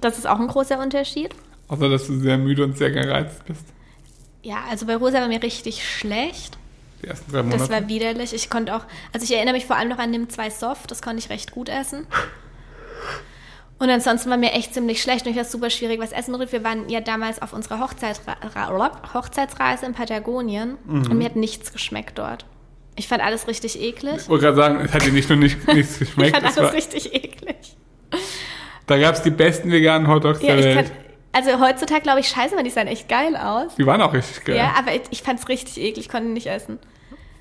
A: Das ist auch ein großer Unterschied.
B: Außer, dass du sehr müde und sehr gereizt bist.
A: Ja, also bei Rosa war mir richtig schlecht.
B: Die ersten drei
A: Das
B: Monate.
A: war widerlich. Ich konnte auch, also ich erinnere mich vor allem noch an dem 2 Soft, das konnte ich recht gut essen. Und ansonsten war mir echt ziemlich schlecht und ich war super schwierig, was essen rührt. Wir waren ja damals auf unserer Hochzeitsra Ra- Hochzeitsreise in Patagonien
B: Mhm.
A: und mir hat nichts geschmeckt dort. Ich fand alles richtig eklig.
B: Ich wollte gerade sagen, es hat dir nicht nur nicht, nichts
A: Ich
B: geschmeckt.
A: fand
B: es
A: alles
B: war,
A: richtig eklig.
B: da gab es die besten veganen Hotdogs
A: Ja,
B: der
A: ich kann,
B: Welt.
A: also heutzutage glaube ich, scheiße, weil die sahen echt geil aus.
B: Die waren auch richtig
A: Ja,
B: geil.
A: aber ich, ich fand es richtig eklig, ich konnte nicht essen.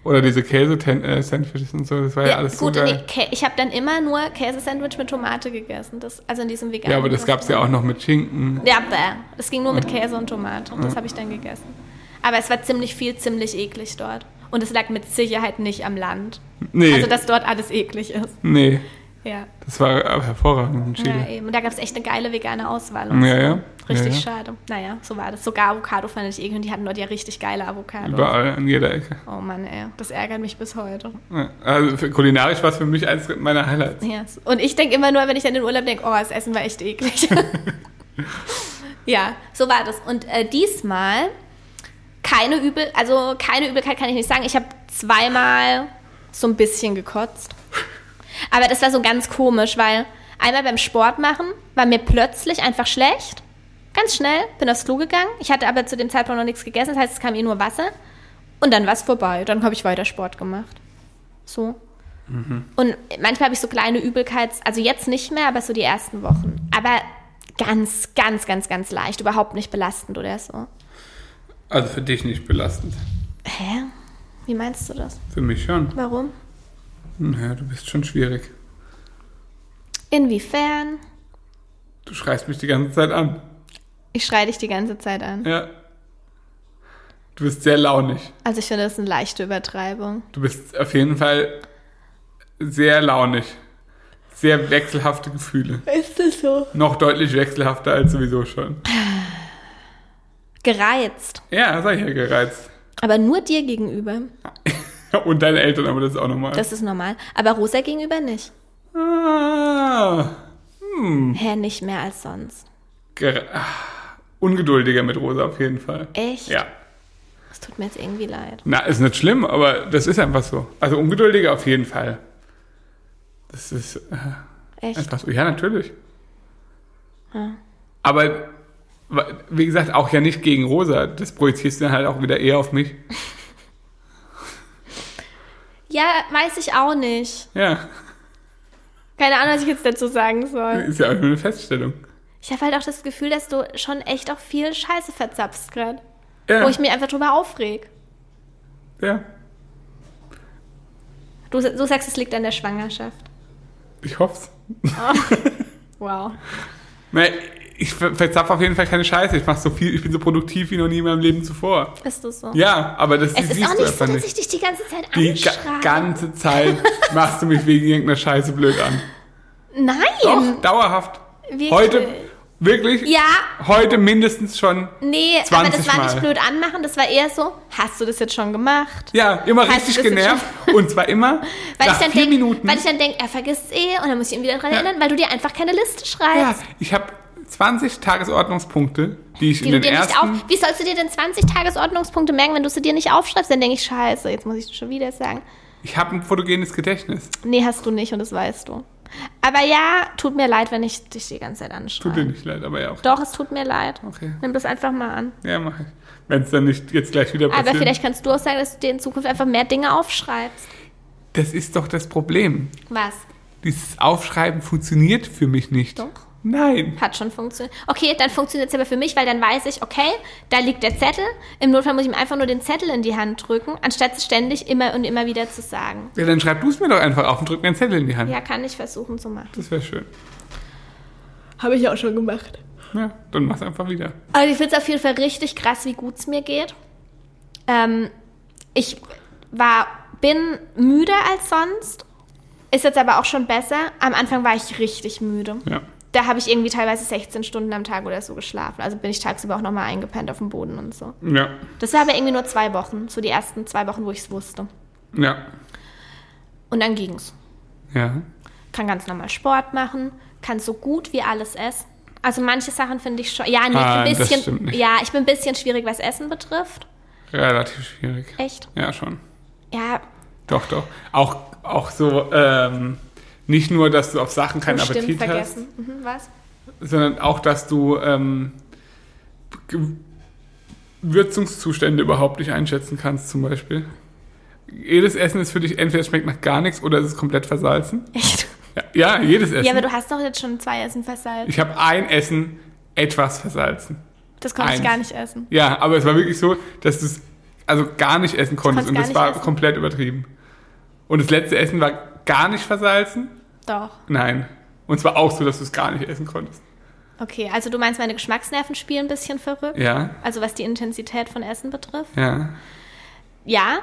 B: Oder diese Käse-Sandwiches und so, das war ja,
A: Ja,
B: alles
A: gut,
B: so
A: nee,
B: geil.
A: Kä- ich habe dann immer nur Käsesandwich mit Tomate gegessen. Das, also in diesem veganen.
B: Ja, aber das gab es ja auch noch mit Schinken.
A: Ja, bäh. Das ging nur mit Käse und Tomate. Das habe ich dann gegessen. Aber es war ziemlich viel, ziemlich eklig dort. Und es lag mit Sicherheit nicht am Land.
B: Nee,
A: Also, dass dort alles eklig ist.
B: nee,
A: Ja,
B: das war aber hervorragend in
A: ja
B: Chile.
A: eben. Und da gab es echt eine geile vegane Auswahl.
B: Ja,
A: Und
B: ja.
A: so.
B: ja.
A: Richtig
B: ja,
A: schade. Naja, so war das. Sogar Avocado fand ich eklig. Und die hatten dort ja richtig geile Avocado.
B: Überall, an jeder Ecke.
A: Oh Mann, ey. Das ärgert mich bis heute.
B: Ja. Also für kulinarisch war es für mich eins meiner Highlights.
A: Ja. Und ich denke immer nur, wenn ich an den Urlaub denke, oh, das Essen war echt eklig. ja, so war das. Und äh, diesmal keine Übel, also keine Übelkeit kann ich nicht sagen. Ich habe zweimal so ein bisschen gekotzt. Aber das war so ganz komisch, weil einmal beim Sport machen war mir plötzlich einfach schlecht. Ganz schnell bin aufs Klo gegangen. Ich hatte aber zu dem Zeitpunkt noch nichts gegessen, das heißt, es kam eh nur Wasser. Und dann war es vorbei. Dann habe ich weiter Sport gemacht. So. Und manchmal habe ich so kleine Übelkeits, also jetzt nicht mehr, aber so die ersten Wochen. Aber ganz, ganz, ganz, ganz leicht, überhaupt nicht belastend oder so.
B: Also für dich nicht belastend.
A: Hä? Wie meinst du das?
B: Für mich schon.
A: Warum?
B: Naja, du bist schon schwierig.
A: Inwiefern?
B: Du schreist mich die ganze Zeit an.
A: Ich schreie dich die ganze Zeit an.
B: Ja. Du bist sehr launig.
A: Also ich finde, das ist eine leichte Übertreibung.
B: Du bist auf jeden Fall sehr launig. Sehr wechselhafte Gefühle.
A: Ist das so?
B: Noch deutlich wechselhafter als sowieso schon.
A: Gereizt.
B: Ja, sei ja gereizt.
A: Aber nur dir gegenüber.
B: Und deine Eltern, aber das ist auch normal.
A: Das ist normal. Aber Rosa gegenüber nicht.
B: ah,
A: Hä, nicht mehr als sonst.
B: ger- ah, ungeduldiger mit Rosa auf jeden Fall.
A: Echt?
B: Ja.
A: Das tut mir jetzt irgendwie leid.
B: Na, ist nicht schlimm, aber das ist einfach so. Also ungeduldiger auf jeden Fall. Das ist äh,
A: Echt?
B: einfach so. Ja, natürlich.
A: Ja.
B: Aber wa- wie gesagt, auch ja nicht gegen Rosa. Das projizierst du dann halt auch wieder eher auf mich.
A: Ja, weiß ich auch nicht.
B: Ja,
A: Keine Ahnung, was ich jetzt dazu sagen soll.
B: ist ja auch nur eine Feststellung.
A: Ich habe halt auch das Gefühl, dass du schon echt auch viel Scheiße verzapfst gerade.
B: Ja,
A: Wo ich mich einfach drüber aufreg.
B: ja.
A: Du, du sagst, es liegt an der Schwangerschaft.
B: ich hoff's.
A: Wow.
B: Na, ich ver- verzapf auf jeden Fall keine Scheiße. Ich mach so viel, ich bin so produktiv wie noch nie in meinem Leben zuvor.
A: Ist das so?
B: Ja, aber das
A: es ist
B: siehst
A: auch
B: du
A: nicht so, dass
B: einfach nicht.
A: ich dich die ganze Zeit
B: Die ga
A: anschreie.
B: ganze Zeit machst du mich wegen irgendeiner Scheiße blöd an.
A: Nein!
B: Doch, dauerhaft.
A: Ähm, Wirklich?
B: Heute, wirklich?
A: Ja,
B: Heute mindestens schon.
A: nee, aber
B: 20
A: das war
B: Mal.
A: nicht blöd anmachen, das war eher so, hast du das jetzt schon gemacht?
B: Ja, immer
A: Hast du
B: richtig
A: das jetzt
B: genervt. Und zwar immer
A: Weil
B: nach
A: ich dann
B: vier
A: denk,
B: Minuten.
A: Weil ich dann denke, er vergisst eh und dann muss ich ihn wieder dran
B: Ja.
A: erinnern, weil du dir einfach keine Liste
B: ja,
A: schreibst.
B: ich habe 20 Tagesordnungspunkte, die ich
A: Die
B: in
A: du
B: den
A: dir nicht
B: ersten...
A: auf, wie sollst du dir denn 20 Tagesordnungspunkte merken, wenn du sie dir nicht aufschreibst? Dann denke ich, scheiße, jetzt muss ich das schon wieder sagen.
B: Ich habe ein fotogenes Gedächtnis.
A: Nee, hast du nicht und das weißt du. Aber ja, tut mir leid, wenn ich dich die ganze Zeit anschreie.
B: Tut dir nicht leid, aber ja auch.
A: Doch, es tut mir leid.
B: Okay.
A: Nimm das einfach mal an.
B: Ja, mach ich. Wenn es dann nicht jetzt gleich wieder passiert.
A: Aber vielleicht kannst du auch sagen, dass du dir in Zukunft einfach mehr Dinge aufschreibst.
B: Das ist doch das Problem.
A: Was?
B: Dieses Aufschreiben funktioniert für mich nicht.
A: Doch.
B: Nein.
A: Hat schon funktioniert. Okay, dann funktioniert es aber für mich, weil dann weiß ich, okay, da liegt der Zettel. Im Notfall muss ich ihm einfach nur den Zettel in die Hand drücken, anstatt es ständig immer und immer wieder zu sagen.
B: Ja, dann schreib du es mir doch einfach auf und drück mir einen Zettel in die Hand.
A: Ja, kann ich versuchen zu machen.
B: Das wäre schön.
A: Habe ich auch schon gemacht.
B: Ja, dann mach's einfach wieder.
A: Also ich finde es auf jeden Fall richtig krass, wie gut es mir geht. Ähm, ich war, bin müder als sonst, ist jetzt aber auch schon besser. Am Anfang war ich richtig müde.
B: Ja.
A: Da habe ich irgendwie teilweise 16 Stunden am Tag oder so geschlafen. Also bin ich tagsüber auch nochmal eingepennt auf dem Boden und so.
B: Ja.
A: Das war aber irgendwie nur zwei Wochen, so die ersten zwei Wochen, wo ich es wusste.
B: Ja.
A: Und dann ging's.
B: Ja.
A: Kann ganz normal Sport machen, kann so gut wie alles essen. Also manche Sachen finde ich schon. Ja, nee,
B: Ah,
A: ein
B: das
A: bisschen.
B: stimmt nicht.
A: ja, ich bin ein bisschen schwierig, was Essen betrifft.
B: Relativ schwierig.
A: Echt?
B: Ja, schon.
A: Ja,
B: Doch, doch. Auch, auch so, ähm, nicht nur, dass du auf Sachen keinen
A: stimmt,
B: Appetit hast,
A: vergessen. Mhm, was?
B: sondern auch, dass du ähm, Ge- Würzungszustände überhaupt nicht einschätzen kannst, zum Beispiel. Jedes Essen ist für dich, entweder es schmeckt nach gar nichts oder es ist komplett versalzen.
A: Echt?
B: Ja, ja jedes Essen.
A: Ja, aber du hast doch jetzt schon zwei Essen versalzt.
B: ich habe ein Essen etwas versalzen.
A: Das konnte ich
B: eins.
A: gar nicht essen.
B: Ja, aber es war wirklich so, dass du es also gar nicht essen konntest
A: konntest
B: und
A: gar
B: das
A: nicht
B: war
A: essen.
B: komplett übertrieben. Und das letzte Essen war gar nicht versalzen?
A: Doch.
B: Nein. Und zwar auch so, dass du es gar nicht essen konntest.
A: Okay, also du meinst, meine Geschmacksnerven spielen ein bisschen verrückt?
B: Ja,
A: Also was die Intensität von Essen betrifft?
B: ja,
A: Ja.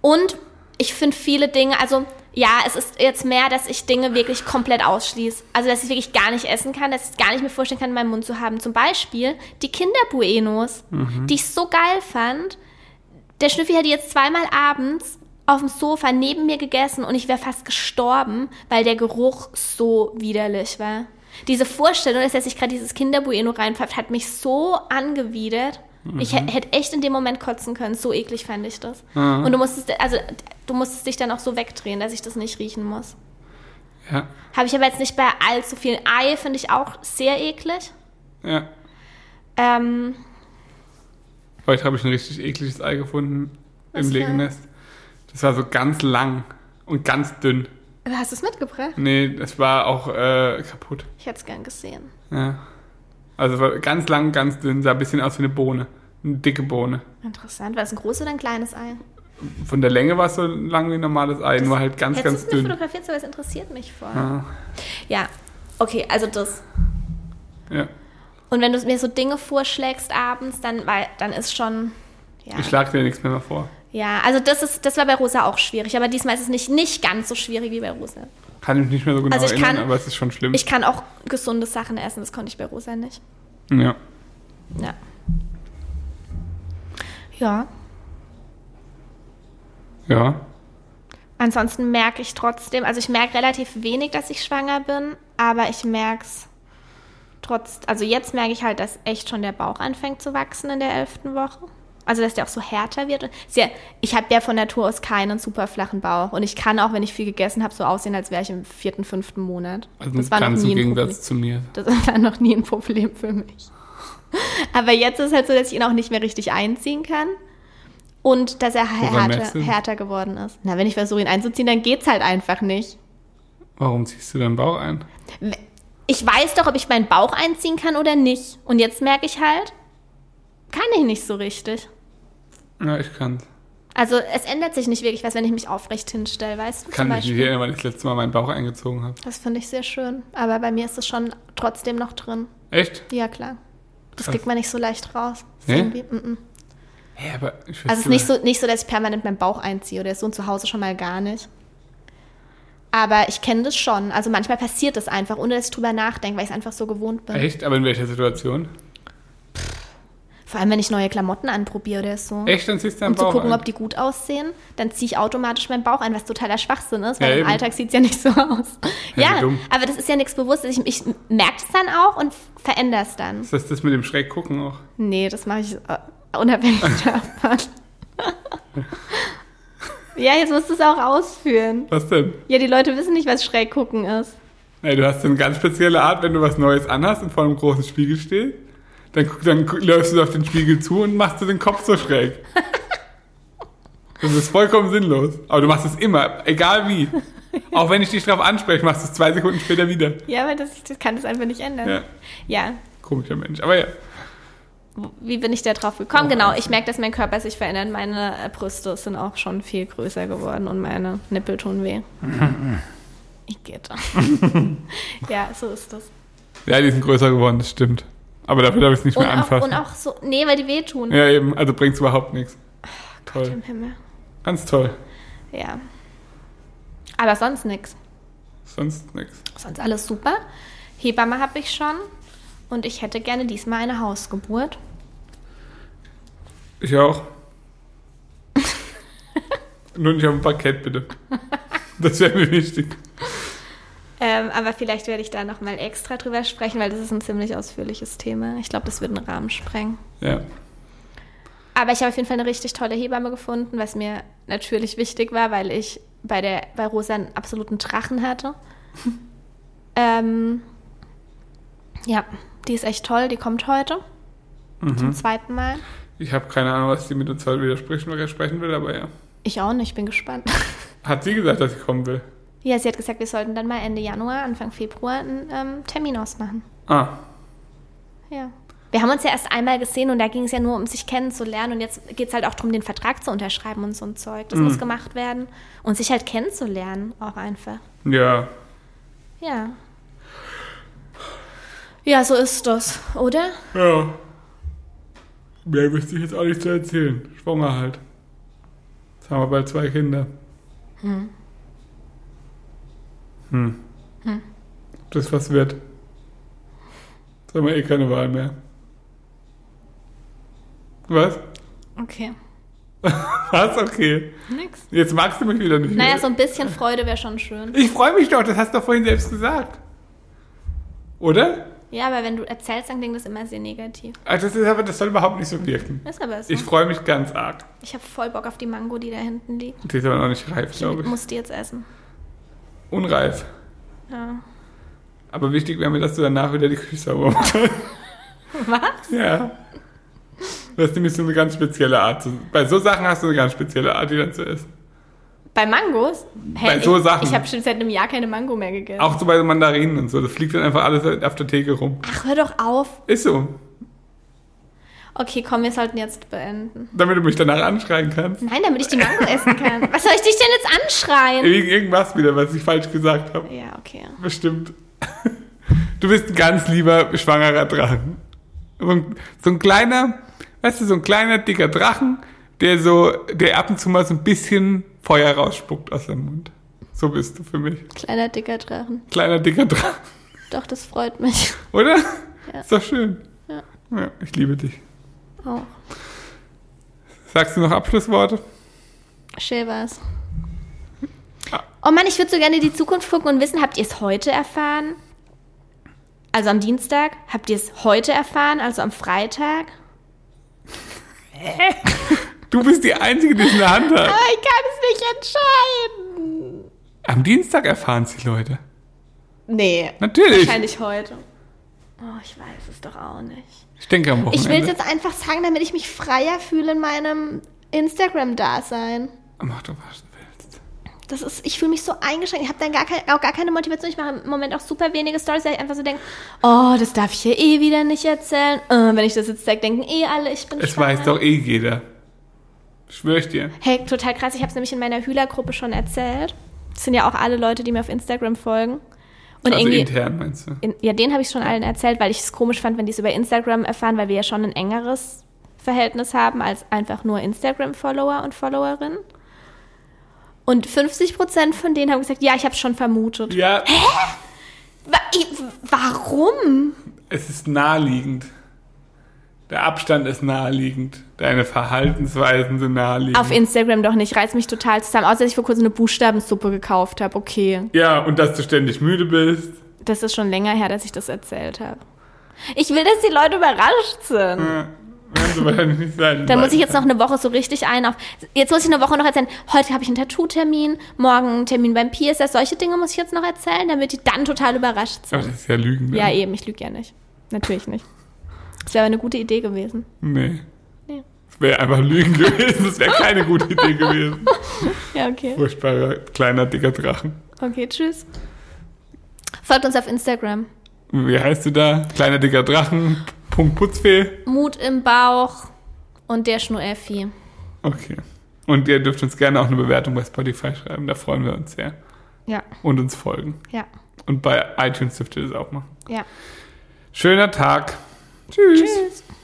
A: Und ich finde viele Dinge, also ja, es ist jetzt mehr, dass ich Dinge wirklich komplett ausschließe. Also dass ich wirklich gar nicht essen kann, dass ich es gar nicht mir vorstellen kann, in meinem Mund zu haben. Zum Beispiel die Kinderbuenos,
B: Mhm.
A: die ich so geil fand. Der Schnüffi hätte jetzt zweimal abends auf dem Sofa neben mir gegessen und ich wäre fast gestorben, weil der Geruch so widerlich war. Diese Vorstellung, dass er sich gerade dieses Kinderbueno reinpfeift, hat mich so angewidert. Ich hä- hätte echt in dem Moment kotzen können. So eklig fand ich das. Und du musstest, also du musstest dich dann auch so wegdrehen, dass ich das nicht riechen muss.
B: ja,
A: Habe ich aber jetzt nicht bei allzu vielen. Ei finde ich auch sehr eklig.
B: ja.
A: Ähm,
B: Heute habe ich ein richtig ekliges Ei gefunden
A: Was
B: im
A: für-
B: Legennest. Das war so ganz lang und ganz dünn.
A: hast du es mitgebracht?
B: Nee, das war auch äh, kaputt.
A: Ich hätte es gern gesehen.
B: Ja. Also es war ganz lang, ganz dünn, sah ein bisschen aus wie eine Bohne. Eine dicke Bohne.
A: Interessant. War es ein großes oder ein kleines Ei?
B: Von der Länge war es so lang wie ein normales Ei, nur halt ganz,
A: Hättest
B: ganz
A: du es mir
B: dünn.
A: fotografiert, so es interessiert mich voll.
B: Ah,
A: Ja, okay, also das.
B: ja.
A: Und wenn du mir so Dinge vorschlägst abends, dann, weil, dann ist schon. Ja.
B: Ich schlage dir nichts mehr mal vor.
A: ja, also das ist, das war bei Rosa auch schwierig, aber diesmal ist es nicht, nicht ganz so schwierig wie bei Rosa.
B: Kann ich mich nicht mehr so genau
A: Also ich
B: erinnern,
A: kann-
B: aber es ist schon schlimm.
A: Ich kann auch gesunde Sachen essen, das konnte ich bei Rosa nicht.
B: ja.
A: Ja. Ja.
B: Ja.
A: Ansonsten merke ich trotzdem, also ich merke relativ wenig, dass ich schwanger bin, aber ich merke es trotz, also jetzt merke ich halt, dass echt schon der Bauch anfängt zu wachsen in der elften Woche. Also dass der auch so härter wird. Ist ja- Ich habe ja von Natur aus keinen super flachen Bauch und ich kann auch, wenn ich viel gegessen habe, so aussehen, als wäre ich im vierten, fünften Monat.
B: Also ganz im Gegensatz zu mir.
A: Das war noch nie ein Problem für mich. Aber jetzt ist halt so, dass ich ihn auch nicht mehr richtig einziehen kann. Und dass er
B: Woran merkst
A: härter,
B: du?
A: härter geworden ist. Na, wenn ich versuche, ihn einzuziehen, dann geht's halt einfach nicht.
B: Warum ziehst du deinen Bauch ein?
A: Ich weiß doch, ob ich meinen Bauch einziehen kann oder nicht. Und jetzt merke ich halt, kann ich nicht so richtig.
B: Ja, ich kann's.
A: Also es ändert sich nicht wirklich was, wenn ich mich aufrecht hinstelle, weißt du?
B: Kann mich nicht erinnern, weil ich das letzte Mal meinen Bauch eingezogen habe.
A: Das finde ich sehr schön. Aber bei mir ist es schon trotzdem noch drin.
B: Echt?
A: Ja, klar. Das
B: Krass.
A: kriegt man nicht so leicht raus. Das ist
B: Nee?
A: irgendwie- mm, mm.
B: Hä, aber ich
A: Also es ist nicht so, nicht so, dass ich permanent meinen Bauch einziehe oder so und zu Hause schon mal gar nicht. Aber ich kenne das schon. Also manchmal passiert das einfach, ohne dass ich drüber nachdenke, weil ich es einfach so gewohnt bin.
B: Echt? Aber in welcher Situation?
A: Mhm. Vor allem, wenn ich neue Klamotten anprobiere oder so.
B: Echt? Dann ziehst du deinen
A: Um zu
B: Bauch
A: gucken,
B: ein.
A: ob die gut aussehen, dann ziehe ich automatisch meinen Bauch ein, was totaler Schwachsinn ist, weil
B: Ja,
A: im
B: eben.
A: Alltag sieht es ja nicht so aus.
B: Ja,
A: Ja,
B: wie dumm.
A: aber das ist ja nichts Bewusstes. Ich, ich merke es dann auch und verändere es dann.
B: Ist das das mit dem schräg gucken auch?
A: Nee, das mache ich äh, unabhängig davon. ja, jetzt musst du es auch ausführen.
B: Was denn?
A: Ja, die Leute wissen nicht, was schräg gucken ist.
B: Ey, du hast so eine ganz spezielle Art, wenn du was Neues anhast und vor einem großen Spiegel stehst, dann, guck- dann guck- läufst du auf den Spiegel zu und machst du den Kopf so schräg. Das ist vollkommen sinnlos. Aber du machst es immer, egal wie. Auch wenn ich dich drauf anspreche, machst du es zwei Sekunden später wieder.
A: Ja, weil das, das kann das einfach nicht ändern.
B: Ja,
A: Ja.
B: komischer Mensch. Aber ja,
A: Wie bin ich da drauf gekommen?
B: Oh,
A: genau,
B: Wahnsinn.
A: ich merke, dass mein Körper sich verändert. Meine äh, Brüste sind auch schon viel größer geworden und meine Nippel tun weh. ich geht. ja, so ist das.
B: Ja, die sind größer geworden, das stimmt. Aber dafür darf ich es nicht
A: Und
B: mehr
A: auch,
B: anfassen.
A: und auch so, nee, weil die wehtun.
B: ja, eben, also bringt's überhaupt nichts.
A: Gott
B: Toll.
A: im Himmel.
B: Ganz toll.
A: Ja. Aber sonst nix.
B: Sonst nichts.
A: Sonst alles super. Hebamme habe ich schon. Und ich hätte gerne diesmal eine Hausgeburt.
B: Ich auch. Nur nicht auf dem Parkett, bitte. Das wäre mir wichtig.
A: Ähm, aber vielleicht werde ich da nochmal extra drüber sprechen, weil das ist ein ziemlich ausführliches Thema. Ich glaube, das wird einen Rahmen sprengen.
B: Ja.
A: Aber ich habe auf jeden Fall eine richtig tolle Hebamme gefunden, was mir natürlich wichtig war, weil ich bei, der, bei Rosa einen absoluten Drachen hatte. ähm, ja, die ist echt toll, die kommt heute
B: Mhm.
A: zum zweiten Mal.
B: Ich habe keine Ahnung, was die mit uns heute widersprechen widersprechen will, aber ja.
A: Ich auch nicht, bin gespannt.
B: Hat sie gesagt, dass sie kommen will?
A: ja, sie hat gesagt, wir sollten dann mal Ende Januar, Anfang Februar einen ähm, Termin ausmachen.
B: Ah,
A: Ja. Wir haben uns ja erst einmal gesehen und da ging es ja nur um sich kennenzulernen und jetzt geht es halt auch darum, den Vertrag zu unterschreiben und so ein Zeug.
B: Mhm.
A: Das muss gemacht werden und sich halt kennenzulernen auch einfach.
B: ja.
A: Ja. Ja, so ist das, oder?
B: Ja. Mehr wüsste ich jetzt auch nicht zu erzählen. Schwanger halt. Jetzt haben wir bald zwei Kinder. Hm. Hm. Ob das was wird. Jetzt haben wir eh keine Wahl mehr. Was?
A: Okay.
B: Was? Okay.
A: Nix.
B: Jetzt magst du mich wieder nicht.
A: Naja, so ein bisschen Freude wäre schon schön.
B: ich freue mich doch, das hast du doch vorhin selbst gesagt. Oder?
A: Ja, aber wenn du erzählst, dann klingt das immer sehr negativ.
B: Also das, ist aber, das soll überhaupt nicht so wirken.
A: Ist aber so.
B: Ich
A: Ich,
B: freue mich ganz arg.
A: habe voll Bock auf die Mango, die da hinten liegt.
B: Die ist aber noch nicht reif,
A: Ich
B: glaube ich.
A: muss die jetzt essen.
B: Unreif.
A: Ja.
B: Aber wichtig wäre mir, dass du danach wieder die Küche sauber machst.
A: Was?
B: ja. Das ist nämlich so eine ganz spezielle Art. zu- Bei so Sachen hast du eine ganz spezielle Art, die dann zu essen.
A: Bei Mangos? Hä,
B: so
A: ich,
B: Sachen.
A: Ich habe schon seit einem Jahr keine Mango mehr gegessen.
B: Auch so bei Mandarinen und so. Das fliegt dann einfach alles auf der Theke rum.
A: Ach, hör doch auf.
B: Ist so.
A: Okay, komm, wir sollten jetzt beenden.
B: Damit du mich danach anschreien kannst.
A: Nein, damit ich die Mango essen kann. Was soll ich dich denn jetzt anschreien?
B: Wegen irgendwas wieder, was ich falsch gesagt habe.
A: Ja, okay.
B: Bestimmt. Du bist ein ganz lieber schwangerer Drachen. So ein, so ein kleiner, weißt du, so ein kleiner, dicker Drachen, der so, der ab und zu mal so ein bisschen Feuer rausspuckt aus seinem Mund. So bist du für mich.
A: Kleiner, dicker Drachen.
B: Kleiner, dicker Drachen.
A: Doch, das freut mich.
B: Oder?
A: Ja.
B: Ist doch schön.
A: Ja.
B: ja. Ich liebe dich.
A: Oh,
B: Sagst du noch Abschlussworte?
A: schön war's.
B: Ah.
A: Oh Mann, ich würde so gerne in die Zukunft gucken und wissen, habt ihr es heute erfahren? Also am Dienstag? Habt ihr es heute erfahren? Also am Freitag?
B: Du bist die Einzige, die es in der Hand hat.
A: Oh, ich kann es nicht entscheiden.
B: Am Dienstag erfahren es die Leute.
A: Nee.
B: Natürlich.
A: Wahrscheinlich heute. Oh, ich weiß es doch auch nicht.
B: Ich denke am
A: Ich
B: Wochenende.
A: will es jetzt einfach sagen, damit ich mich freier fühle in meinem Instagram-Dasein.
B: Mach doch, was du willst.
A: Das ist, ich fühle mich so eingeschränkt. Ich habe dann gar, kein, auch gar keine Motivation. Ich mache im Moment auch super wenige Stories, weil ich einfach so denke, oh, das darf ich hier eh wieder nicht erzählen. Äh, wenn ich das jetzt sage, denken eh alle, ich bin
B: Es
A: schwanger.
B: weiß doch eh jeder. Schwör ich dir.
A: Hey, total krass. Ich habe es nämlich in meiner Hühler-Gruppe schon erzählt. Das sind ja auch alle Leute, die mir auf Instagram folgen. Und
B: also
A: irgendwie,
B: intern meinst du?
A: in, ja, den habe ich schon allen erzählt, weil ich es komisch fand, wenn die es über Instagram erfahren, weil wir ja schon ein engeres Verhältnis haben als einfach nur Instagram-Follower und Followerinnen. Und 50 Prozent von denen haben gesagt, ja, ich habe es schon vermutet.
B: Ja,
A: Wa i- warum?
B: es ist naheliegend. Der Abstand ist naheliegend. Deine Verhaltensweisen sind naheliegend.
A: Auf Instagram doch nicht. Reizt mich total zusammen. Außer, dass ich vor kurzem eine Buchstabensuppe gekauft habe. Okay.
B: ja, und dass du ständig müde bist.
A: Das ist schon länger her, dass ich das erzählt habe. Ich will, dass die Leute überrascht sind.
B: Äh, Werden sie wahrscheinlich nicht sein.
A: Dann muss ich jetzt noch eine Woche so richtig ein auf. Jetzt muss ich eine Woche noch erzählen. Heute habe ich einen Tattoo-Termin, morgen einen Termin beim PSS. Solche Dinge muss ich jetzt noch erzählen, damit die dann total überrascht sind.
B: Aber das ist ja Lügen. ne?
A: Ja, eh.
B: dann.
A: eben, ich lüge ja nicht. Natürlich nicht. Das wäre aber eine gute Idee gewesen.
B: Nee.
A: Nee.
B: Das wäre einfach Lügen gewesen. Das wäre keine gute Idee gewesen.
A: Ja, okay.
B: Furchtbarer, kleiner, dicker Drachen.
A: Okay, tschüss. Folgt uns auf Instagram.
B: Wie heißt du da? Kleiner, dicker Drachen. Punkt Putzfee.
A: Mut im Bauch und der Schnureffi.
B: Okay. Und ihr dürft uns gerne auch eine Bewertung bei Spotify schreiben, da freuen wir uns sehr.
A: Ja,
B: Und uns folgen.
A: ja,
B: Und bei iTunes dürft ihr das auch machen.
A: ja.
C: Schöner Tag. Tschüss.
B: Tschüss.